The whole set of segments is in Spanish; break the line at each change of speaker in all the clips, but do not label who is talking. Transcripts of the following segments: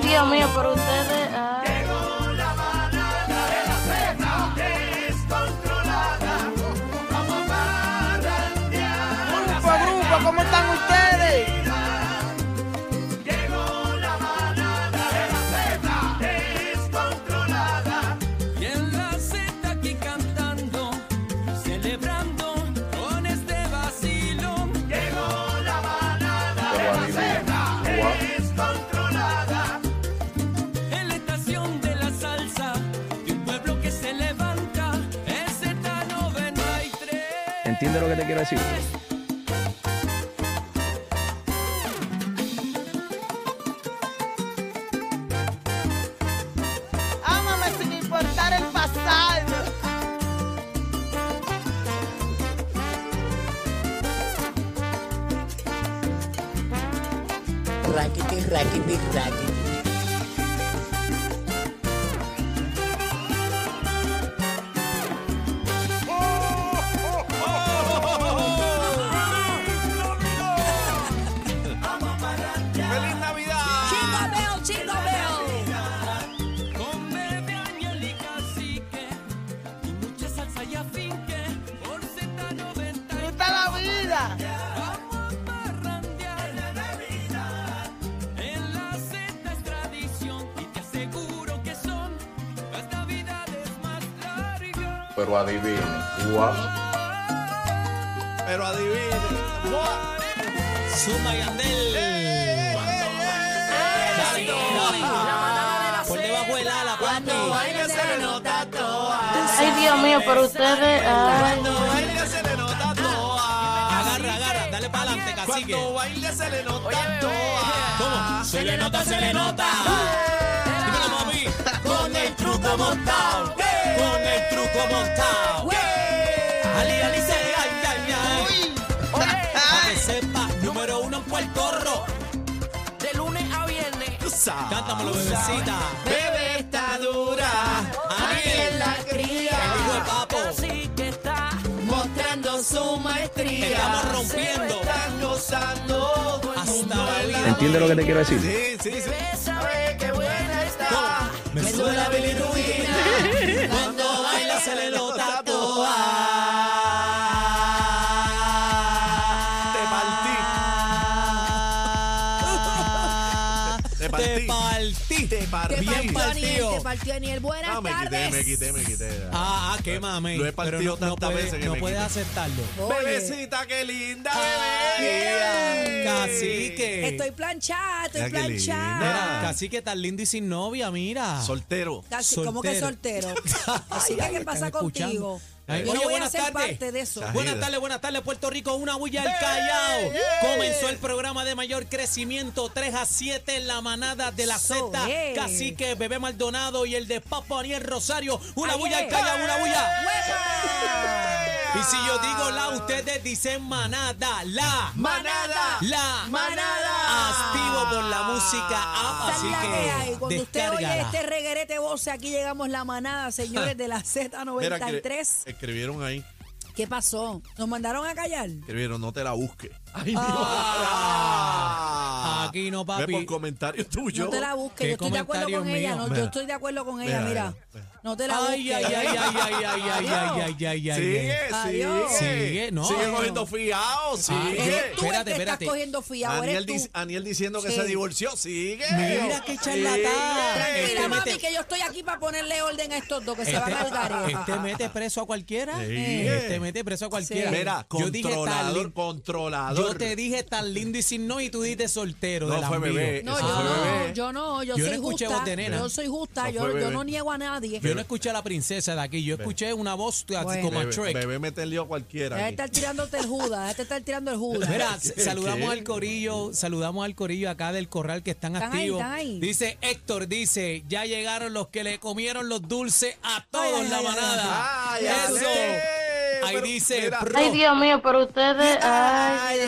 Dios mío, pero ustedes. ah.
Grupo, grupo, ¿cómo están ustedes?
Y en la Z aquí cantando, celebrando con este vacilo. En la estación de la salsa, de un pueblo que se levanta, es Z93.
¿Entiendes lo que te quiero decir?
Ámame sin importar el pasado.
Rackety, rackety, rackety.
¡Feliz Navidad!
Jingle bell, jingle bell. Con bebé, añel y cacique, y mucha salsa y afinque, por Z93.
Disfruta la vida.
Vamos a parrandear de Navidad. En la Z es tradición y te aseguro que son las Navidades más largas.
Pero adivine. Guau.
Pero adivine. ¡Buah!
Suma
Eh,
Yandel. Exacto. Por debajo del ala, papi.
Baile se le nota toa.
Ay, Dios mío, pero ustedes. ay.
Cuando baile se le nota toa.
Agarra, agarra. Dale para adelante,
Cuando
cacique.
baile se le nota toa.
¿Cómo? Se le nota, se le nota. Dímelo, mami.
Con el truco montado.
Con el truco montado. Ali, ali, se, ay, ay, ay. Pa' que sepa, número uno en Puerto Rico.
De lunes a viernes.
Cántamelo, bebecita.
Bebé está dura. Ariel la
Hijo de
cría.
papo.
Así que está.
Mostrando su maestría.
Estamos rompiendo.
Están gozando. todo el
Hasta
mundo
la
baila.
vida.
¿Entiendes lo que te quiero decir?
Sí, sí, sí.
Sabe qué buena está.
Oh, Me sube la bilirrubina. Cuando baila se le nota toa.
Te partí. Te
Te
partí.
partí.
Te partí.
Bien partido.
Te partió Daniel, buenas
Ah, me quité,
tardes.
me quité, me quité.
Ah, ah, qué mame.
Lo he partido
Pero no- no,
tantas
puede-
veces que
no
me
puedes
quité.
aceptarlo.
Oye,
Bebecita, qué linda, bebé.
Ay, Ah, Cacique.
Estoy planchada, estoy
Mira qué
planchada.
linda.
Mira, cacique tan lindo y sin novia, mira.
Soltero.
Casi, como que
Soltero.
soltero. Así que, ¿qué
Están
pasa
escuchando.
contigo?
Ay,
Yo
oye,
no voy a
buenas
ser
tardes.
parte de eso.
Ajá.
Buenas tardes, buenas tardes, Puerto Rico. Una huya al Callao. Comenzó el programa de mayor crecimiento, 3 a 7 en la manada de la
Eso
Z.
es.
Cacique, Bebé Maldonado y el de Papo Ariel Rosario. Una
Ahí
huya al
es.
Callao, una huya. Y si yo digo la, ustedes dicen manada, la.
Manada.
La
Manada.
Activo por la música app,
Esa es
así
la que hay.
que
Cuando usted oye
descárgala.
este reguerete voce, aquí llegamos la manada, señores de la
Mira,
Z93.
escri- escribieron ahí.
¿Qué pasó? ¿Nos mandaron a callar?
Escribieron, no te la busques.
Ah.
Ah.
Ah.
Aquí no,
Ve
papi.
por comentarios tuyos.
No te la busques, yo
qué
estoy de acuerdo con
comentario
ella.
mío.
no, yo
Mira.
estoy de acuerdo con ella,
Mira,
mira. No te la
Ay,
busques.
ay, ay, ay, ay, ay, ay, ay, ay, ay, ay.
Sigue, sigue.
Adiós.
Sigue, no. Ah,
Sigue cogiendo fiado, sigue.
Eres tú el
Espérate,
que estás
espérate.
cogiendo fiado, eres
Aniel,
tú.
dic- Aniel diciendo que
Sí.
se divorció, sigue.
Mira qué charlatán.
Sigue.
Tranquila,
Este
mami,
mete-
que yo estoy aquí para ponerle orden a estos dos que se van al
Este,
garete.
este mete preso a cualquiera.
Sí.
Este mete preso a cualquiera.
Sí.
Mira,
yo dije tan
controlador,
lindo.
controlador.
Yo te dije tan lindo y sin no y tú dijiste soltero.
No,
del
fue
amigo.
bebé.
No,
Eso
yo
fue
no,
bebé.
yo no, yo,
Yo no
soy
escuché voz
justa.
de nena.
Yo soy justa,
Eso
yo,
fue
yo
bebé.
no niego a nadie.
Yo no escuché a la princesa de aquí. Yo escuché una voz así
Bueno.
como a
Bebé,
Shrek.
bebé mete el lío a cualquiera.
Deja de
aquí.
estar tirándote el Judas, deja de estar tirando el Judas.
Pues Mira, saludamos
¿Qué?
al corillo, saludamos al corillo acá del corral que están,
Están ahí,
activos.
están ahí.
Dice Héctor, dice, ya llegaron los que le comieron los dulces a todos
ay,
la
ay,
manada.
ay, ay.
Eso.
Ay,
ahí
pero
dice,
mira.
pro.
Ay, Dios mío, pero ustedes. ay.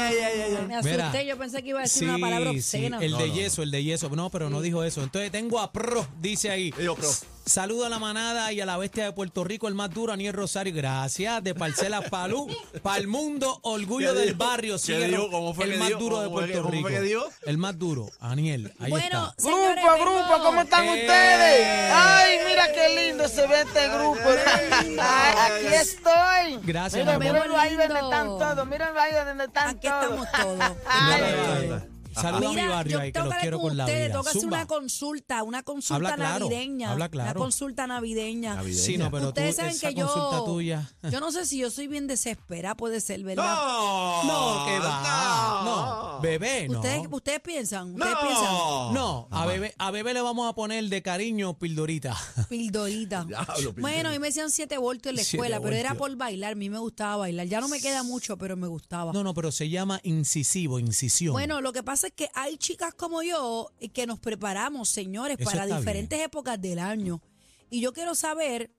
Me asusté,
Mira.
yo pensé que iba a decir una palabra
sí,
obscena.
el
No,
de
no,
yeso, el de yeso. No, pero no dijo eso. Entonces tengo a Pro, dice ahí.
Digo, pero,
Saludo a la manada y a la bestia de Puerto Rico, el más duro, Aniel Rosario. Gracias, de Parcelas Palú. Pal mundo, orgullo
¿Qué
del
dijo?
barrio.
¿Qué
Sigue
dijo?
Ro-
¿Cómo fue
el
que
más
dijo?
duro de
¿Cómo fue que-
Puerto
cómo
Rico.
fue que dijo?
El más duro, Aniel. Ahí
Bueno,
está.
señores,
Grupo,
vengo-
grupo, ¿cómo están
Eh.
ustedes? Ay, mira qué lindo se ve este grupo. Ay, aquí estoy.
Gracias,
Miren,
mi amor.
mírenlo ahí donde
Lindo.
están todos. Mírenlo ahí donde están
Aquí
todos.
estamos todos.
Ay,
Saludo a mi
Mira,
barrio
yo
ahí, que
tengo
los
que
quiero
hablar con
con la
ustedes,
vida.
tengo que hacer
Zumba.
una consulta, una consulta
Habla claro,
navideña.
habla claro.
Una consulta navideña.
Sí, no, pero tú,
Ustedes saben
esa
que yo.
consulta tuya.
Yo no sé si yo soy bien desesperada, puede ser, ¿verdad?
No,
No, que va. No, bebé, no.
Ustedes, ustedes piensan, ustedes piensan,
No,
No, a bebé, a bebé le vamos a poner de cariño pildorita.
pildorita. Bueno, a mí me decían 7 voltios en la
Siete
escuela, pero era
voltios.
por bailar, a mí me gustaba bailar. Ya no me queda mucho, pero me gustaba.
No, no, pero se llama incisivo, incisión.
Bueno, lo que pasa es que hay chicas como yo eh, que nos preparamos, señores,
Eso
para
está
diferentes épocas del año. Y yo quiero saber,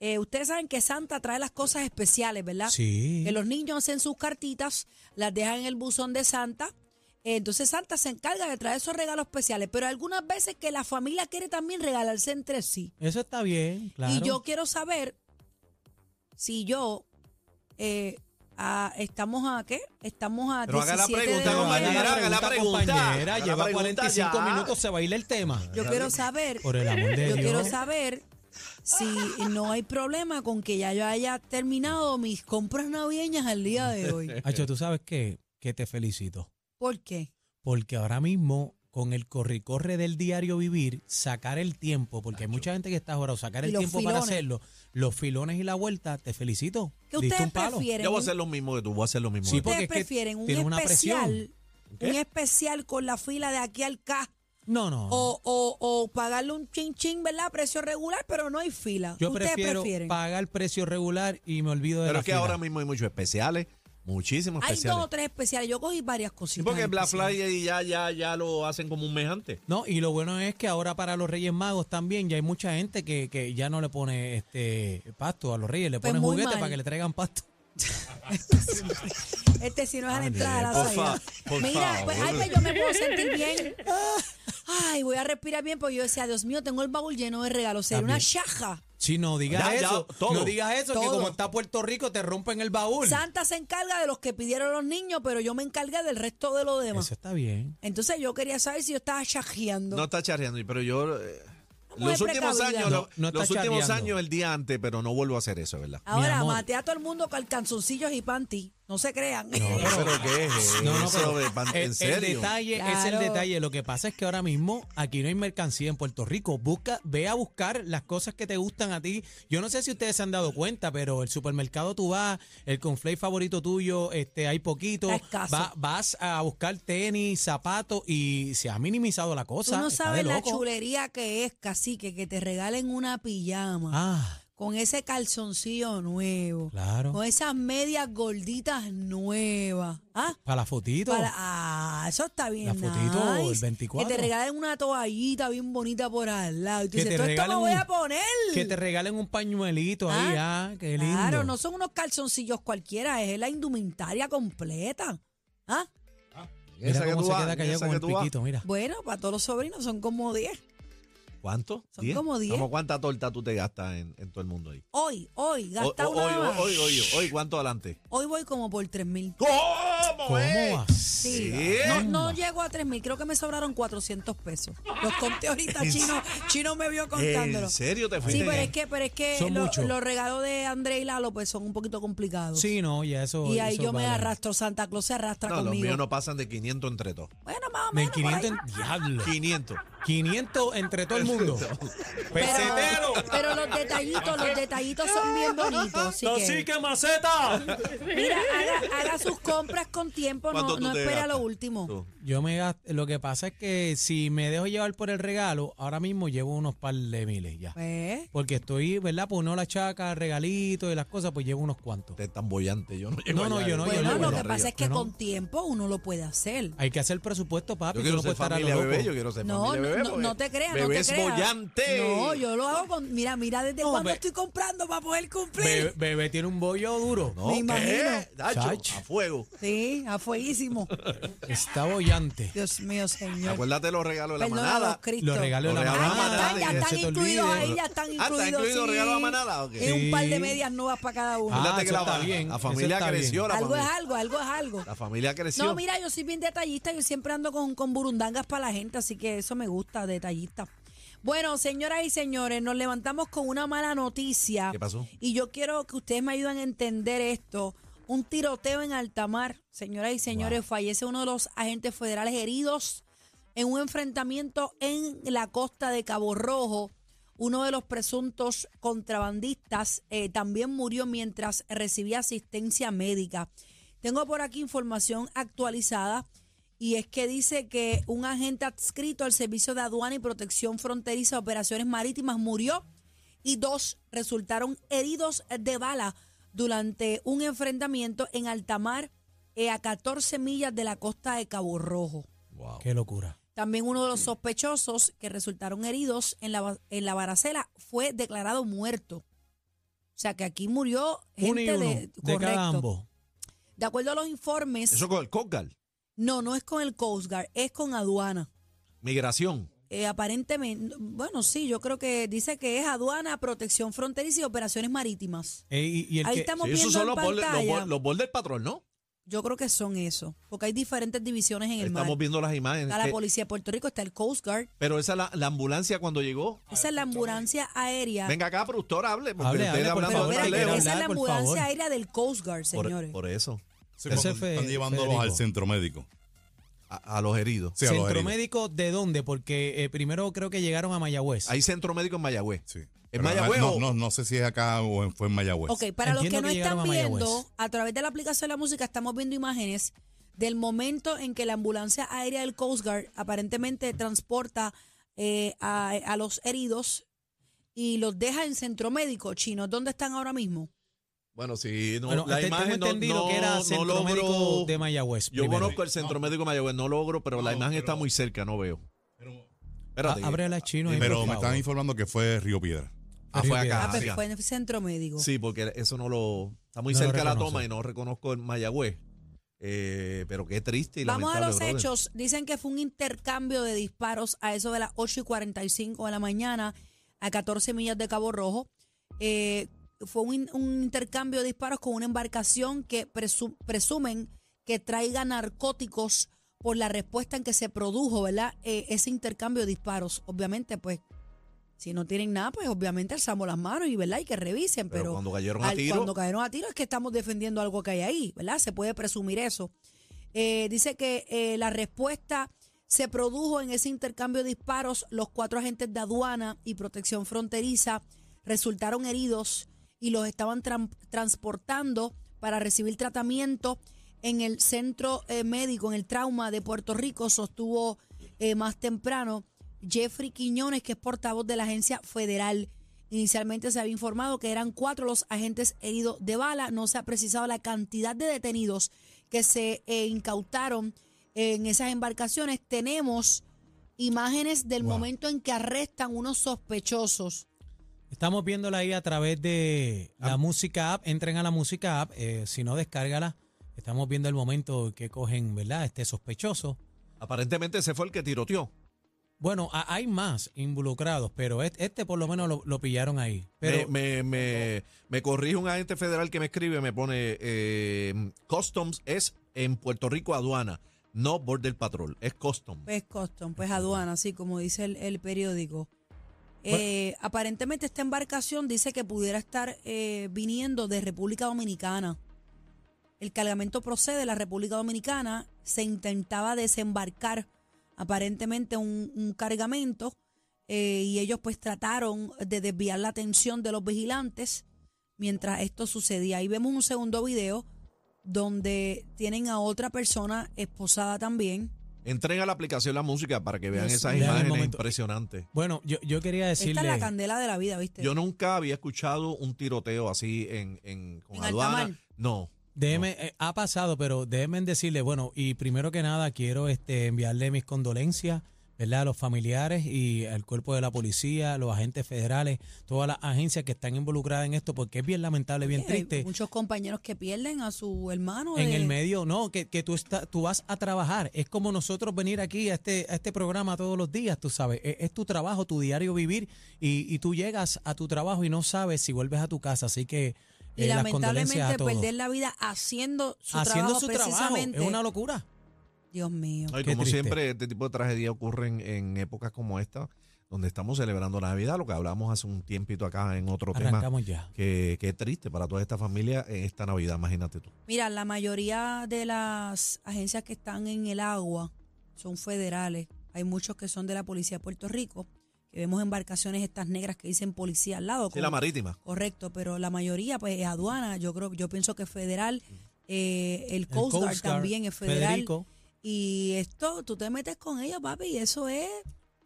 eh, ustedes saben que Santa trae las cosas especiales, ¿verdad?
Sí.
Que los niños hacen sus cartitas, las dejan en el buzón de Santa. Eh, Entonces Santa se encarga de traer esos regalos especiales, pero algunas veces que la familia quiere también regalarse entre sí.
Eso está bien, claro.
Y yo quiero saber si yo eh, a- estamos a qué? Estamos a
Pero haga la
17 de
pregunta,
Pero haga
noviembre.
compañera, haga la pregunta.
compañera,
Haga la
Lleva
pregunta
45
ya.
minutos, se baila el tema.
Yo quiero saber,
Por el amor de
yo
Dios.
quiero saber si no hay problema con que ya yo haya terminado mis compras navideñas al día de hoy.
Hacho, tú sabes qué? que te felicito.
¿Por qué?
Porque ahora mismo, con el corricorre del diario vivir, sacar el tiempo, porque hay mucha gente que está ahora, sacar
Y
el
los
tiempo para
filones.
hacerlo, los filones y la vuelta, te felicito.
¿Qué
Diste
ustedes
un palo.
prefieren?
Yo voy a hacer lo mismo que tú, voy a hacer lo mismo.
Sí,
que tú.
porque
¿Ustedes
es que
prefieren un
tiene una
especial,
presión.
un especial con la fila de aquí al K
No, no.
o, o, o pagarle un chin chin, ¿verdad? A Precio regular, pero no hay fila.
yo
¿Ustedes
prefiero
prefieren?
pagar precio regular y me olvido de
Pero
la
es que
fila.
ahora mismo hay muchos especiales, muchísimos
Hay dos
especiales.
o tres especiales. Yo cogí varias
Sí,
cositas.
porque Black
especiales.
Friday ya, ya, ya lo hacen como un mes antes.
No, y lo bueno es que ahora para los Reyes Magos también ya hay mucha gente que, que ya no le pone este pasto a los Reyes, le
Pues
ponen
muy
juguete
mal.
para que le traigan pasto.
Este si no es a la
Ay,
entrada de la
por
salida.
fa- por
Mira, pues, ay,
favor.
pues yo me puedo sentir bien. Ay, voy a respirar bien, porque yo decía, Dios mío, tengo el baúl lleno de regalos. Sería una
También.
chaja.
Sí, no digas
Ya, ya,
eso.
todo.
no digas eso, que
Todo.
como está Puerto Rico te rompen el baúl.
Santa se encarga de los que pidieron los niños, pero yo me encargué del resto de lo demás.
Eso está bien.
Entonces yo quería saber si yo estaba chajeando.
No está charreando, pero yo... eh,
Mujer
los últimos
precavida.
años,
No,
lo-
no está
los últimos
charreando.
años el día antes, pero no vuelvo a hacer eso, ¿verdad?
Mi
Ahora
amor.
maté a todo el mundo con calzoncillos y panty. No se crean.
¿Pero qué es
No, no,
eso?
pero eh,
de pan-
el,
¿En
el
serio?
detalle es el
Claro.
detalle. Lo que pasa es que ahora mismo aquí no hay mercancía en Puerto Rico. Busca, ve a buscar las cosas que te gustan a ti. Yo no sé si ustedes se han dado cuenta, pero el supermercado tú vas, el conflay favorito tuyo, este, hay poquito.
Está escaso.
Va- vas a buscar tenis, zapatos y se ha minimizado la
Tú
cosa.
no
Está de
sabes la
loco.
chulería que es, cacique, que te regalen una pijama.
Ah,
con ese calzoncillo nuevo,
Claro.
con esas medias gorditas nuevas, ¿ah?
para la fotito.
Para- ah, eso está bien.
La fotito, el
nice.
24.
Que te regalen una toallita bien bonita por al lado. Y tú
Que
dices,
te
"Todo esto me
regalen
voy
un-
a poner.
Que te regalen un pañuelito ahí, ah, qué lindo.
Claro, no son unos calzoncillos cualquiera, es la indumentaria completa. ¿Ah?
Mira
Esa que
cómo
tú
se
vas,
queda callado
esa
con
que
el
tú vas.
piquito, mira.
Bueno, para todos los sobrinos son como 10.
¿Cuánto?
Son como diez.
¿Cómo cuánta torta tú te gastas en, en todo el mundo ahí?
Hoy, hoy,
Hoy,
gasta una
hoy,
más.
hoy, hoy, hoy, ¿cuánto adelante?
Hoy voy como por 3 mil.
¿Cómo?
¿Cómo
eh?
vas?
Sí.
Sí.
No, no llego a 3 mil, creo que me sobraron 400 pesos. Los conté ahorita, Chino, Chino me vio contándolo.
¿En serio te fuiste?
Sí, pero es que, pero es que
Son
lo-
muchos.
los regalos de André y Lalo pues son un poquito complicados.
Sí, no, ya eso.
Y ahí
eso
yo me
vale.
arrastro, Santa Claus se arrastra
No, los
conmigo.
míos no pasan de 500 entre todos.
Bueno, más o
Del
menos. por ahí.
500 en diablo.
500.
500 entre todo el mundo.
pero,
¡Pesetero!
pues, pero los detallitos, los detallitos son bien bonitos. Así que,
maceta!
mira, haga, haga sus compras con tiempo,
¿Cuánto
no,
tú
no
te
espera
gastas?
lo último.
Tú.
Yo me gast- Lo que pasa es que si me dejo llevar por el regalo, ahora mismo llevo unos par de miles ya.
Pues,
Porque estoy, ¿verdad? Pues no la chaca, regalito y las cosas, pues llevo unos cuantos.
Usted es tan bollante, yo no llego
No, no,
allá,
yo no,
eh.
bueno,
le
lo
vuelvo
que
arriba,
pasa es que
¿no?
con tiempo uno lo puede hacer.
Hay que hacer supuesto, papi.
Yo
tú
quiero
no
ser
puedes estar a lo
familia
loco.
bebé, yo quiero ser
No,
familia
no,
bebé.
no,
porque
no te creas,
pues. bebé
no te
es
creas.
bollante.
No, yo lo hago con. Mira, mira desde
No,
cuándo
be-
estoy comprando para poder cumplir.
Bebé, bebé tiene un bollo duro.
No,
Me
¿qué?
imagino.
Tacho,
Chacho.
a fuego.
Sí, a fueguísimo.
Está bollante.
Dios mío, señor.
Acuérdate los regalos de la
Perdónanos,
manada.
Cristo.
Los regalos de la
Los
Ah,
regalos
mamá.
de la
ya están,
manada,
ya
que
están
se te
incluidos
olvide.
ahí, ya están
Ah,
incluidos.
¿están incluidos
sí.
regalos de manada o qué?
Y un par de
Sí.
medias nuevas para cada uno.
Ah,
Acuérdate que
eso
la,
está bien,
la
eso
familia
está bien.
creció. La
algo es
familia,
algo, algo es algo.
la familia creció.
No, mira, yo soy bien detallista, yo siempre ando con, con burundangas para la gente, así que eso me gusta, detallista. Bueno, señoras y señores, nos levantamos con una mala noticia.
¿Qué pasó?
Y yo quiero que ustedes me ayuden a entender esto. Un tiroteo en Altamar, señoras y señores, fallece uno de los agentes federales heridos en un enfrentamiento en la costa de Cabo Rojo. Uno de los presuntos contrabandistas eh, también murió mientras recibía asistencia médica. Tengo por aquí información actualizada y es que dice que un agente adscrito al Servicio de Aduana y Protección Fronteriza de Operaciones Marítimas murió y dos resultaron heridos de bala durante un enfrentamiento en altamar a 14 millas de la costa de Cabo Rojo.
Wow.
Qué locura.
También uno de los sospechosos que resultaron heridos en la, ba- en la baracela fue declarado muerto. O sea que aquí murió gente
Uno y uno.
de,
De,
correcto.
cada ambos.
De acuerdo a los informes,
Eso con el Cocal.
no, no es con el Coast Guard, es con aduana.
Migración.
Eh, aparentemente, bueno, sí, yo creo que dice que es aduana, protección fronteriza y operaciones marítimas.
Eh, y, y el
Ahí
que-
estamos
Sí,
viendo
esos son
en
los bordes los
pantalla.
bol- los bordes del patrón, ¿no?
Yo creo que son eso, porque hay diferentes divisiones en el mar.
Estamos eh, viendo las imágenes.
Está la
que-
policía de Puerto Rico, está el Coast Guard,
pero esa la, la ambulancia cuando llegó.
esa es la ambulancia aérea.
Venga acá, productor, hable. Porque
Hable,
usted
hable, por
hablando
pero
favor,
ahora
espérate,
que
lejos.
quiero
esa es la
hablar, por favor.
ambulancia aérea del Coast Guard,
por,
señores.
por eso.
Ese
Están-
fue
están llevándolos al
Federico.
centro médico.
A, a los heridos.
Sí, a los
¿Centro
heridos.
médico de dónde? Porque eh, primero creo que llegaron a Mayagüez.
Hay centro médico en Mayagüez.
Sí.
¿En
Pero
Mayagüez
No,
o-
no, no sé si es acá o en- fue en Mayagüez.
Ok, para los que
Entiendo
no
que
están
llegaron a Mayagüez.
viendo, a través de la aplicación de la música estamos viendo imágenes del momento en que la ambulancia aérea del Coast Guard aparentemente transporta eh, a, a los heridos y los deja en centro médico chino. ¿Dónde están ahora mismo?
Bueno, sí, no,
bueno,
la
te- tengo
imagen no,
entendido
no-
que era
no
centro
logro-
médico de Mayagüez.
Yo
primero.
conozco el centro médico de Mayagüez, no logro, pero la
No,
imagen
pero-
está muy cerca, no veo. Espérate.
Ah, ábrela, chino, ahí, por
Pero me
favor.
están informando que fue Río Piedra.
Ah, fue acá.
Ah,
sí,
pero
ah.
fue en el centro médico.
Sí, porque eso no lo. Está muy
No lo
cerca la
reconoce.
toma y no reconozco en Mayagüez. Eh, pero qué triste y
Vamos a
lamentable,
los
brother.
hechos. Dicen que fue un intercambio de disparos a eso de las 8 y 45 de la mañana, a 14 millas de Cabo Rojo. Eh, fue un, in- un intercambio de disparos con una embarcación que presu- presumen que traiga narcóticos por la respuesta en que se produjo, ¿verdad? Eh, ese intercambio de disparos. Obviamente, pues, si no tienen nada, pues obviamente alzamos las manos y, ¿verdad? Y que revisen,
Pero,
pero
cuando cayeron a
al-
tiro.
Cuando cayeron a tiro es que estamos defendiendo algo que hay ahí, ¿verdad? Se puede presumir eso. Eh, dice que eh, la respuesta se produjo en ese intercambio de disparos. Los cuatro agentes de aduana y protección fronteriza resultaron heridos y los estaban tran- transportando para recibir tratamiento en el centro eh, médico, en el trauma de Puerto Rico, sostuvo eh, más temprano Jeffrey Quiñones, que es portavoz de la agencia federal. Inicialmente se había informado que eran cuatro los agentes heridos de bala. No se ha precisado la cantidad de detenidos que se eh, incautaron en esas embarcaciones. Tenemos imágenes del
Wow.
momento en que arrestan unos sospechosos.
Estamos viéndola ahí a través de
Ah.
la música app. Entren a la música app. eh, si no, descárgala. Estamos viendo el momento que cogen, ¿verdad? Este sospechoso.
Aparentemente ese fue el que tiroteó.
Bueno, a- hay más involucrados, pero este, este por lo menos lo, lo pillaron ahí. Pero
me, me, me, me corrige un agente federal que me escribe, me pone eh, Customs es en Puerto Rico aduana, no Border Patrol, es Customs.
Pues custom, pues aduana, así como dice el, el periódico. Eh, aparentemente esta embarcación dice que pudiera estar eh, viniendo de República Dominicana. El cargamento procede de la República Dominicana. Se intentaba desembarcar aparentemente un, un cargamento eh, y ellos pues trataron de desviar la atención de los vigilantes mientras esto sucedía. Ahí vemos un segundo video donde tienen a otra persona esposada también.
Entren a la aplicación La Música para que vean
Dios
esas
mío. Vean el
imágenes
momento.
impresionantes.
bueno, yo, yo quería decirle.
Esta es la candela de la vida, ¿viste?
Yo nunca había escuchado un tiroteo así en, en, con
En
aduana.
Altamar.
No,
Déjeme, eh, ha pasado, pero déjenme decirle, bueno, y primero que nada quiero este, enviarle mis condolencias, ¿verdad? A los familiares y al cuerpo de la policía, los agentes federales, todas las agencias que están involucradas en esto, porque es bien lamentable, bien
Hay
triste.
Muchos compañeros que pierden a su hermano.
En
de-
el medio, no, que, que tú, está, tú vas a trabajar. Es como nosotros venir aquí a este, a este programa todos los días, tú sabes. E, Es, es tu trabajo, tu diario vivir. Y, y tú llegas a tu trabajo y no sabes si vuelves a tu casa. Así que
Y
eh, las condolencias a
lamentablemente
todos.
perder la vida haciendo su
Haciendo
trabajo
su trabajo.
precisamente.
Es una locura.
Dios mío.
Ay,
Qué
como
triste.
siempre, este tipo de tragedias ocurren en épocas como esta, donde estamos celebrando la Navidad, lo que hablamos hace un tiempito acá en otro tema.
Arrancamos ya.
Que, que es triste para toda esta familia en esta Navidad, imagínate tú.
Mira, la mayoría de las agencias que están en el agua son federales. Hay muchos que son de la policía de Puerto Rico. Que vemos embarcaciones estas negras que dicen policía al lado.
Sí,
como-
la marítima.
Correcto, pero la mayoría pues es aduana. Yo creo, yo pienso que es federal.
Mm.
eh, el, Coast Guard también es federal.
Federico.
Y esto, tú te metes con ellos, papi, y eso es.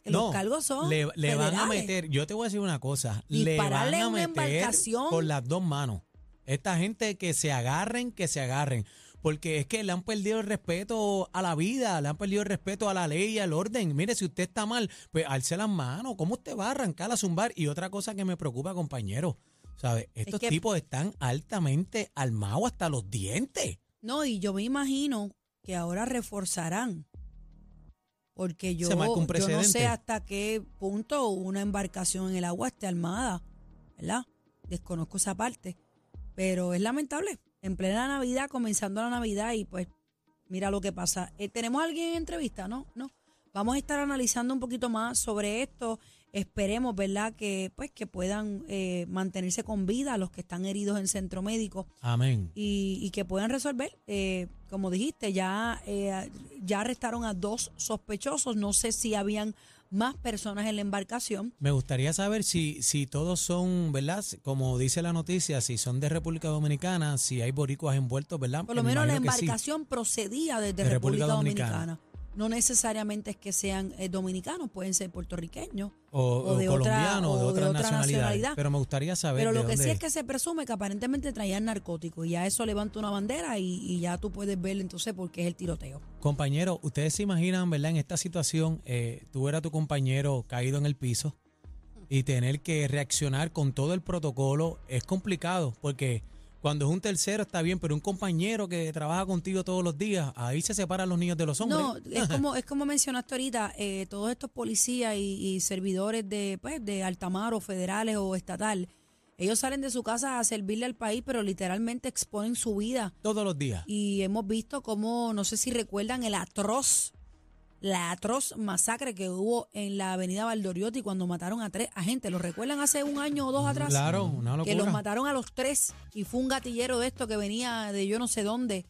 No,
los cargos son.
le, le van a
federales.
meter, yo te voy a decir una cosa, le van
Dispararle
a
una
meter
embarcación.
con las dos manos. Esta gente que se agarren, que se agarren. Porque es que le han perdido el respeto a la vida, le han perdido el respeto a la ley y al orden. Mire, si usted está mal, pues alce las manos. ¿Cómo usted va a arrancar a zumbar? Y otra cosa que me preocupa, compañero, ¿sabes? Estos
que-
tipos están altamente armados hasta los dientes.
No, y yo me imagino que ahora reforzarán. Porque yo,
Se marca un
yo no
precedente.
sé hasta qué punto una embarcación en el agua esté armada, ¿verdad? Desconozco esa parte. Pero es lamentable. En plena Navidad, comenzando la Navidad, y pues mira lo que pasa. Eh, ¿Tenemos a alguien en entrevista? No, no. Vamos a estar analizando un poquito más sobre esto. Esperemos, ¿verdad? Que pues que puedan eh, mantenerse con vida los que están heridos en centro médico
Amén.
y, y que puedan resolver. Eh, como dijiste, ya, eh, ya arrestaron a dos sospechosos. No sé si habían más personas en la embarcación.
Me gustaría saber si, si todos son, ¿verdad? Si- Como dice la noticia, si son de República Dominicana, si hay boricuas envueltos, ¿verdad?
Por lo
Me
menos la
imagino que sí.
embarcación procedía desde
De República
República
Dominicana.
Dominicana. No necesariamente es que sean eh, dominicanos, pueden ser puertorriqueños.
O,
o
o
de otra-
colombiano, o de
o de
otras
otra
nacionalidades.
nacionalidad.
Pero me gustaría saber.
Pero
de
lo que sí
dónde
es que se presume que aparentemente traían narcóticos y ya eso levanta una bandera y, y ya tú puedes ver entonces por qué es el tiroteo.
Compañero, ustedes se imaginan, ¿verdad? En esta situación, eh, tú ver a tu compañero caído en el piso y tener que reaccionar con todo el protocolo es complicado porque cuando es un tercero está bien, pero un compañero que trabaja contigo todos los días, ahí se separan los niños de los hombres.
No, es como, es como mencionaste ahorita, eh, todos estos policías y, y servidores de, pues, de Altamar o federales o estatal, ellos salen de su casa a servirle al país, pero literalmente exponen su vida.
todos los días.
Y hemos visto cómo, no sé si recuerdan el atroz, la atroz masacre que hubo en la avenida Valdoriotti cuando mataron a tres agentes. ¿Lo recuerdan hace un año o dos atrás?
Claro, una
que
locura.
los mataron a los tres y fue un gatillero de esto que venía de yo no sé dónde.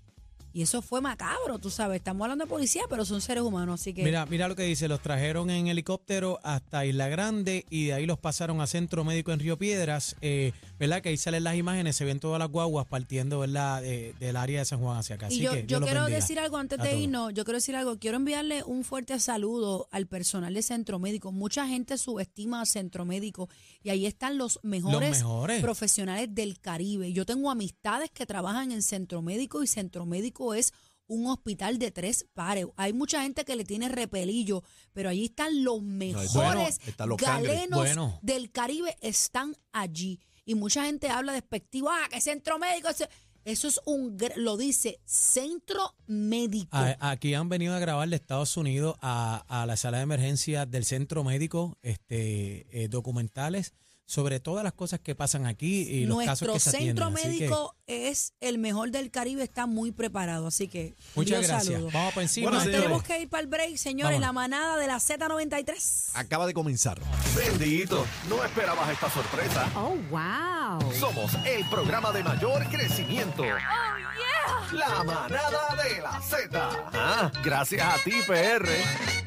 Y eso fue macabro, tú sabes. Estamos hablando de policía, pero son seres humanos, así que
Mira, mira lo que dice, los trajeron en helicóptero hasta Isla Grande y de ahí los pasaron a Centro Médico en Río Piedras, eh, ¿verdad? Que ahí salen las imágenes, se ven todas las guaguas partiendo, ¿verdad? De- del área de San Juan hacia acá. Así
Y yo,
que
yo
Dios los
quiero
bendiga
decir algo antes
a
de
todos.
irnos, yo quiero decir algo, quiero enviarle un fuerte saludo al personal de Centro Médico. Mucha gente subestima a Centro Médico y ahí están los mejores,
mejores.
profesionales del Caribe. Yo tengo amistades que trabajan en Centro Médico y Centro Médico es un hospital de tres pares. Hay mucha gente que le tiene repelillo, pero allí están los mejores
están los cangres.
galenos
Bueno.
del Caribe están allí. Y mucha gente habla despectivo, ah, que centro médico. ese-". Eso es un, gr- lo dice, centro médico.
A- aquí han venido a grabar de Estados Unidos a, a la sala de emergencia del centro médico este, eh, documentales sobre todas las cosas que pasan aquí y los casos
Nuestro
que se atienden.
centro
Así que
médico es el mejor del Caribe, está muy preparado. Así que,
muchas
Dios
gracias.
saludo.
Vamos para encima.
Bueno,
Nos
señores.
tenemos que ir para el break,
Vámonos.
señores, la manada de la Z93.
Acaba de comenzar.
Bendito, no esperabas esta sorpresa.
Oh, wow.
Somos el programa de mayor crecimiento. La manada de la Z. Ah, gracias a ti, PR.